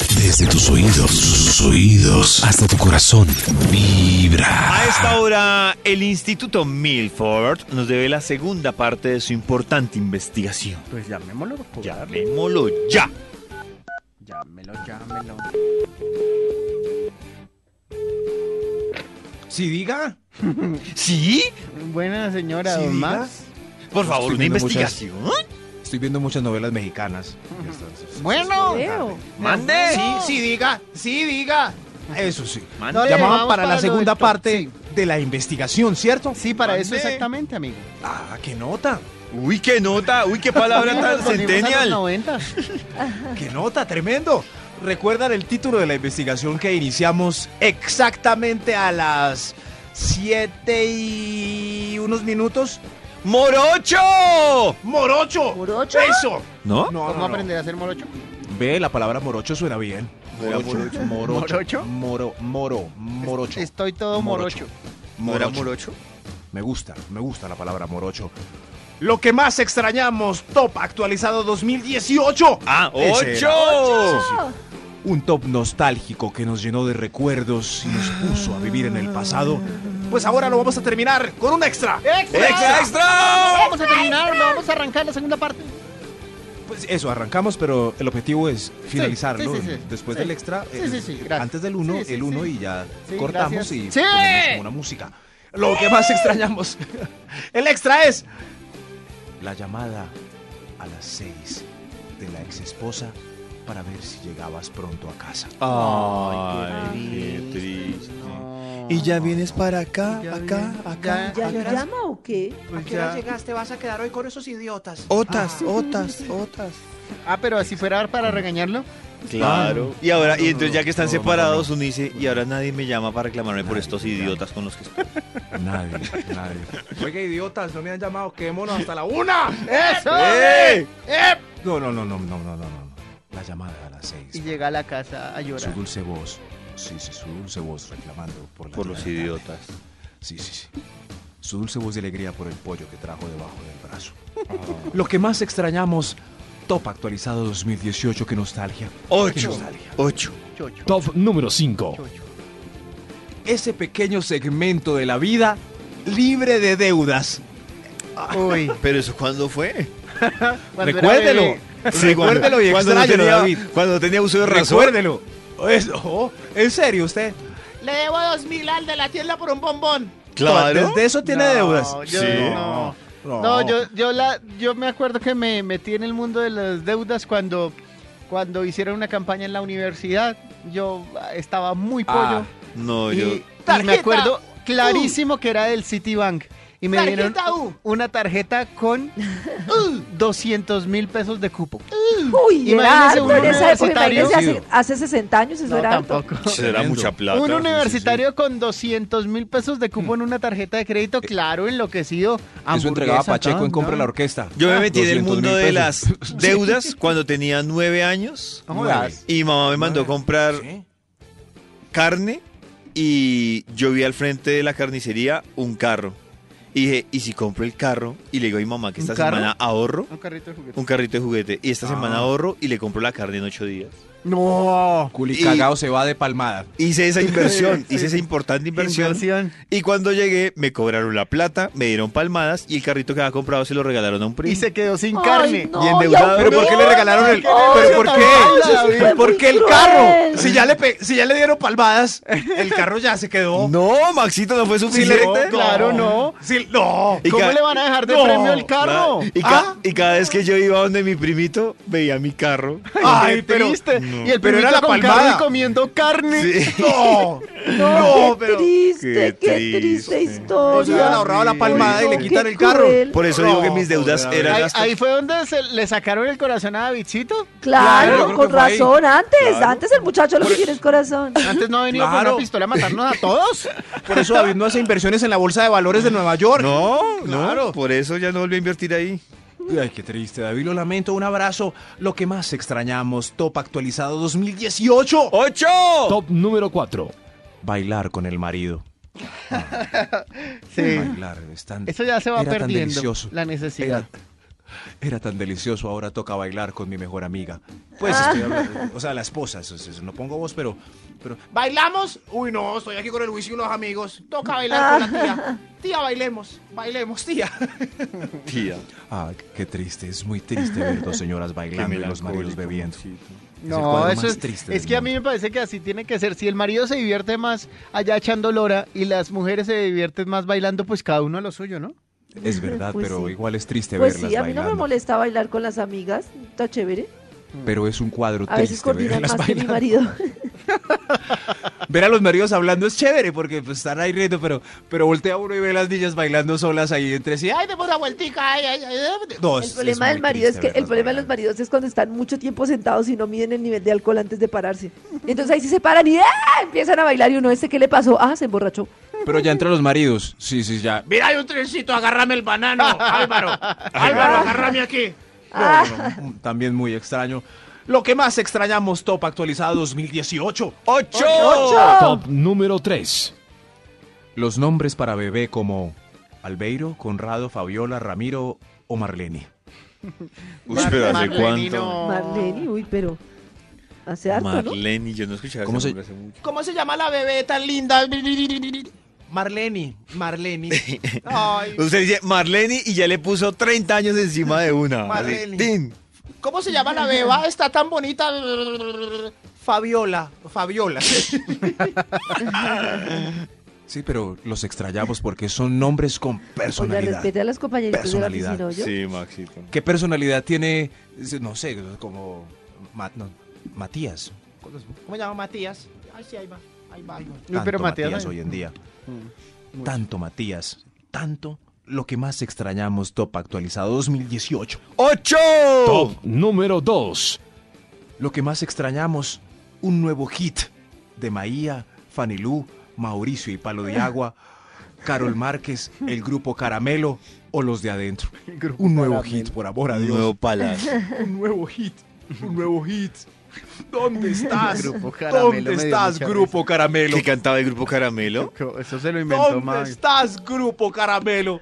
Desde tus oídos, sus oídos, hasta tu corazón, vibra. A esta hora, el Instituto Milford nos debe la segunda parte de su importante investigación. Pues llamémoslo. por- Llamémoslo ya. Llámelo, llámelo. Sí, diga. ¿Sí? Buena señora, Sí, don diga. Max. Por favor, una Estoy viendo investigación. Estoy viendo muchas novelas mexicanas. Ya está, es- es- Bueno. ¿Eh? es tarde. ¡Mande! Sí, sí, diga. Sí, diga. Eso sí. Mande. No le Llamaban Eh, vamos para, para la lo segunda del top, parte sí. de la investigación, ¿cierto? Sí, para eso Mande. exactamente, amigo. Ah, qué nota. Uy, qué nota, uy, qué palabra Nos tan volvimos a los centennial. 90. Ah. Qué nota, tremendo. ¿Recuerdan el título de la investigación que iniciamos exactamente a las 7 y unos minutos? ¡Morocho! ¡Morocho! ¿Morocho? ¡Eso! ¿No? No, ¿Cómo no, no. aprender a hacer morocho? Ve, la palabra morocho suena bien. ¿Morocho? Morocho. ¿Morocho? Moro, moro, morocho. Estoy todo morocho. ¿No era Morocho. morocho? Me gusta, me gusta la palabra morocho. Lo que más extrañamos, top actualizado 2018. ¡Ah, Ese era. ocho! Un top nostálgico que nos llenó de recuerdos y nos puso a vivir en el pasado. Pues ahora lo vamos a terminar con un extra. ¡Extra! ¡Extra, extra! Vamos a terminar, vamos a arrancar la segunda parte. Pues eso, arrancamos, pero el objetivo es finalizarlo. sí, sí, sí. Después Sí. del extra, Sí, el- sí, sí, gracias. antes del uno, Sí, sí, el uno sí. y ya Sí, cortamos gracias. y ¡Sí! ponemos como una música. Lo que más extrañamos, el extra es la llamada a las seis de la ex esposa para ver si llegabas pronto a casa. Ay, qué triste. Y ya vienes para acá, acá, Ya vienes, acá. ya- ¿Ya acá. llama o qué? Pues ¿A qué hora ya. llegaste? Vas a quedar hoy con esos idiotas. Otas, otas, otas. Ah, pero si fuera para regañarlo. Claro. Y ahora, y entonces ya que están No, no, no, separados, uno dice, y ahora nadie me llama para reclamarme por estos idiotas con los que estoy. Nadie, nadie. Oiga, idiotas, no me han llamado, quedémonos hasta la una. ¡Eso! ¡Eh! ¡Ep! No, no, no, no, no, no, no, no. La llamada a las seis. Y llega a la casa a Su llorar. dulce voz. Sí, sí, su dulce voz reclamando por, la Por los tarde. idiotas. Sí, sí, sí. Su dulce voz de alegría por el pollo que trajo debajo del brazo. Ah. Lo que más extrañamos, Top actualizado 2018, qué nostalgia. Qué Ocho. nostalgia. Ocho. Chocho. Top número 5. Chocho. Ese pequeño segmento de la vida libre de deudas. Uy, ¿Pero eso cuándo fue? cuando era Recuérdelo. bebé. Recuérdelo y cuando no extrañelo, tenía- David. Cuando tenía uso de razón. Recuérdelo. Es- oh, en serio, usted. Le debo dos mil al de la tienda por un bombón. Claro. Desde eso tiene No, deudas. yo Sí. no. No, No, yo, yo, la, yo me acuerdo que me metí en el mundo de las deudas cuando, cuando hicieron una campaña en la universidad. Yo ah, estaba muy pollo. Ah, No, y, yo. y me acuerdo clarísimo que era del Citibank. Y me dieron una tarjeta con 200 mil pesos de cupo. Uy, era Imagínese harto un en esa época, universitario. imagínese hace, hace 60 años, eso No, era harto. tampoco. Será Tremendo. mucha plata. Un universitario con 200 mil pesos de cupo en una tarjeta de crédito, claro, enloquecido. Eh, Eso entregaba hamburguesa, Pacheco en tan, Compra tan. la Orquesta. Yo me metí en el 200 mil mundo de pesos. las deudas cuando tenía nueve años. No jodas. Y mamá me mandó a comprar Sí. carne y yo vi al frente de la carnicería un carro. Y dije, ¿y si compro el carro? Y le digo a mi mamá que ¿Un esta carro? semana ahorro Un carrito de juguete. un carrito de juguete. Y esta Ah. semana ahorro y le compro la carne en ocho días. No. Culi Y- cagao se va de palmada. Hice esa inversión, Sí, hice esa sí. importante inversión. Inversión. Y cuando llegué, me cobraron la plata, me dieron palmadas y el carrito que había comprado se lo regalaron a un primo. Y se quedó sin Ay, carne. no, y endeudado, ya ¿Pero por qué le no, regalaron el qué negocio ¿Pero por tan malo, qué? David. ¿Por qué el Muy carro? cruel. Si ya le pe- si ya le dieron palmadas, el carro ya se quedó. No, Maxito, no fue suficiente. no, claro, no. Sí, no. Y ¿Cómo ca- le van a dejar de No, premio el carro? Y, ca- Ah. y cada vez que yo iba donde mi primito, veía mi carro. Ay, Qué pero triste. no. Y Pero el pero era la con palmada. carne comiendo carne. No. No, No, qué pero- triste, qué qué triste. triste O sea, historia. han ahorrado la palmada y Ay, le no, quitan qué el carro. cruel. Por eso digo que mis deudas No, eran Ahí, las ahí fue donde se le sacaron el corazón a Davidcito. Claro, yo Claro, creo con que fue ahí. razón, antes, Claro. antes el muchacho lo que tiene es corazón. Antes no ha venido con Claro. una pistola a matarnos a todos. Por eso David no hace inversiones en la bolsa de valores de Nueva York. No, Claro. no. Por eso ya no volví a invertir ahí. Ay, qué triste, David. Lo lamento. Un abrazo. Lo que más extrañamos, Top actualizado 2018. ¡Ocho! Top número 4. Bailar con el marido. Sí. Bailar. es tan- Eso ya se va era tan perdiendo. delicioso. La Era, necesidad. Era tan delicioso, ahora toca bailar con mi mejor amiga. Pues estoy Ah. hablando, o sea, la esposa, eso- eso, no pongo voz, pero, pero ¿Bailamos? Uy, no, estoy aquí con el Luis y unos amigos. Toca bailar con la tía. Tía, bailemos. Bailemos, tía. Tía. Ah, qué triste, es muy triste ver dos señoras bailando y los maridos bebiendo. el No, cuadro eso más es, triste es del que a mundo. mí me parece que así tiene que ser. Si el marido se divierte más allá echando lora y las mujeres se divierten más bailando, pues cada uno a lo suyo, ¿no? Es verdad, Pues pero sí. igual es triste Pues verlas sí, a mí no bailando. me molesta bailar con las amigas, está chévere. pero es un cuadro A veces triste coordinan verlas más que mi bailando. marido. Ver a los maridos hablando es chévere porque pues, están ahí riendo, pero, pero voltea uno y ve a las niñas bailando solas ahí entre sí. ¡Ay, demos una vueltica! ¡Ay, ay, ay! ay". No, es- El es problema muy del marido es triste que el verlas problema de los bailando. maridos es cuando están mucho tiempo sentados y no miden el nivel de alcohol antes de pararse. Entonces ahí sí se paran y ¡ah! empiezan a bailar y uno, ¿este qué le pasó? Ah, se emborrachó. Pero ya entre los maridos, sí, sí, ya. Mira, hay un trencito, agárrame el banano. Álvaro, Álvaro, agárrame aquí. Ah, Mm, También muy extraño. Lo que más extrañamos, Top actualizado 2018. ¡Ocho! Top número 3. Los nombres para bebé como Albeiro, Conrado, Fabiola, Ramiro o Marlene. Uy, pero ¿hace Marlene, cuánto? no. Marlene, uy, pero hace harto, ¿no? Marlene, yo no escuchaba ¿Cómo ese se- nombre hace mucho. ¿Cómo se llama la bebé tan linda? Marlene, Marlene. Ay, Usted dice Marlene y ya le puso 30 años encima de una. Así, Marlene. tin. ¿Cómo se llama la beba? Está tan bonita. Fabiola, Fabiola. sí, pero los extrañamos porque son nombres con Oiga, personalidad. respete a las compañeritas de la Personalidad. oficina, ¿oyó? Sí, Maxito. ¿Qué personalidad tiene, no sé, como Ma- no, Matías? ¿Cómo se llama Matías? Ay, sí, ahí va. Ahí va, ahí va. No, pero Tanto Matías, no. Mm, hoy en día. Tanto Matías, tanto lo que más extrañamos Top Actualizado 2018. ¡Ocho! Top número 2. Lo que más extrañamos, un nuevo hit de Maía, Fanilú, Mauricio y Palo de Agua, Carol Márquez, el grupo Caramelo o los de adentro. Un nuevo hit, por amor a Dios. Nuevo palacio. Un nuevo hit, un nuevo hit. ¿Dónde estás? Grupo Oh, Caramelo me ¿Dónde dio estás, mucha Grupo Caramelo? ¿Qué cantaba el grupo Caramelo? Eso se lo inventó ¿Dónde Max. estás, Grupo Caramelo?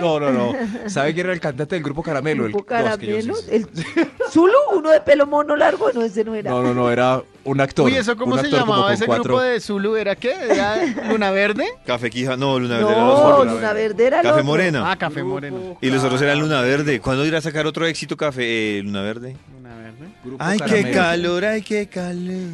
No, no, no. ¿Sabe quién era el cantante del Grupo Caramelo? El- Grupo no, es que yo Caramelo, sí- el Zulu, uno de pelo mono largo, no, ese no era. No, no, no, era un actor. Uy, ¿eso cómo un se actor como llamaba con ese cuatro- grupo de Zulu? ¿Era qué? ¿Era Luna Verde? Café Quija, no, Luna Verde era los No, otros. Luna Verde era el Café otro. Morena. Ah, Café Moreno. Y los otros eran Luna Verde. ¿Cuándo irá a sacar otro éxito Café eh, Luna Verde? Luna Verde. Grupo Ay, qué Caramelo. calor, ay, qué calor.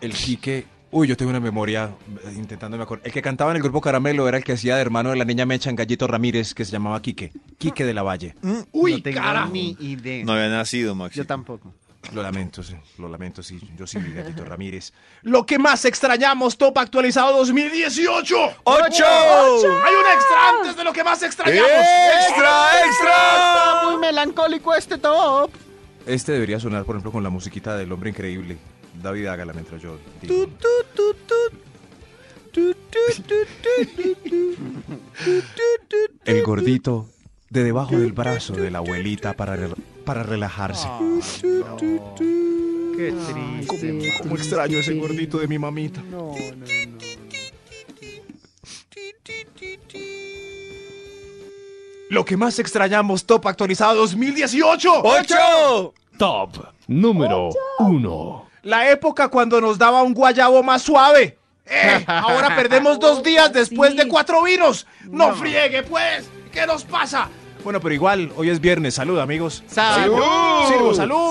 El Quique. Uy, yo tengo una memoria eh, intentando me acordar. El que cantaba en el grupo Caramelo era el que hacía de hermano de la niña Mecha en Gallito Ramírez, que se llamaba Quique. Quique de la Valle. Uy, cara. Ni idea. No había nacido, Max. Yo tampoco. Lo lamento, sí, lo lamento, sí. Yo sí, mi Gallito Ramírez. Lo que más extrañamos, Top Actualizado 2018. ¡Ocho! ¡Oh! Hay un extra antes de lo que más ¿Eh? extrañamos. ¡Extra, extra! Muy melancólico este top. Este debería sonar, por ejemplo, con la musiquita del hombre increíble. David Ágala, mientras yo. digo. El gordito de debajo del brazo de la abuelita para, re- para relajarse. Qué triste. sí. Como extraño ese gordito de mi mamita. No, no, no. Lo que más extrañamos, Top Actualizado 2018. ¡Ocho! Top número 1. La época cuando nos daba un guayabo más suave. ¡Eh! Ahora perdemos dos días después Sí. de cuatro vinos. ¡No, No friegue, pues. ¿Qué nos pasa? Bueno, pero igual, hoy es viernes. Salud, amigos. Salud. Sirvo, salud.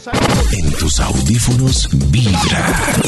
Salud, salud. En tus audífonos vibra.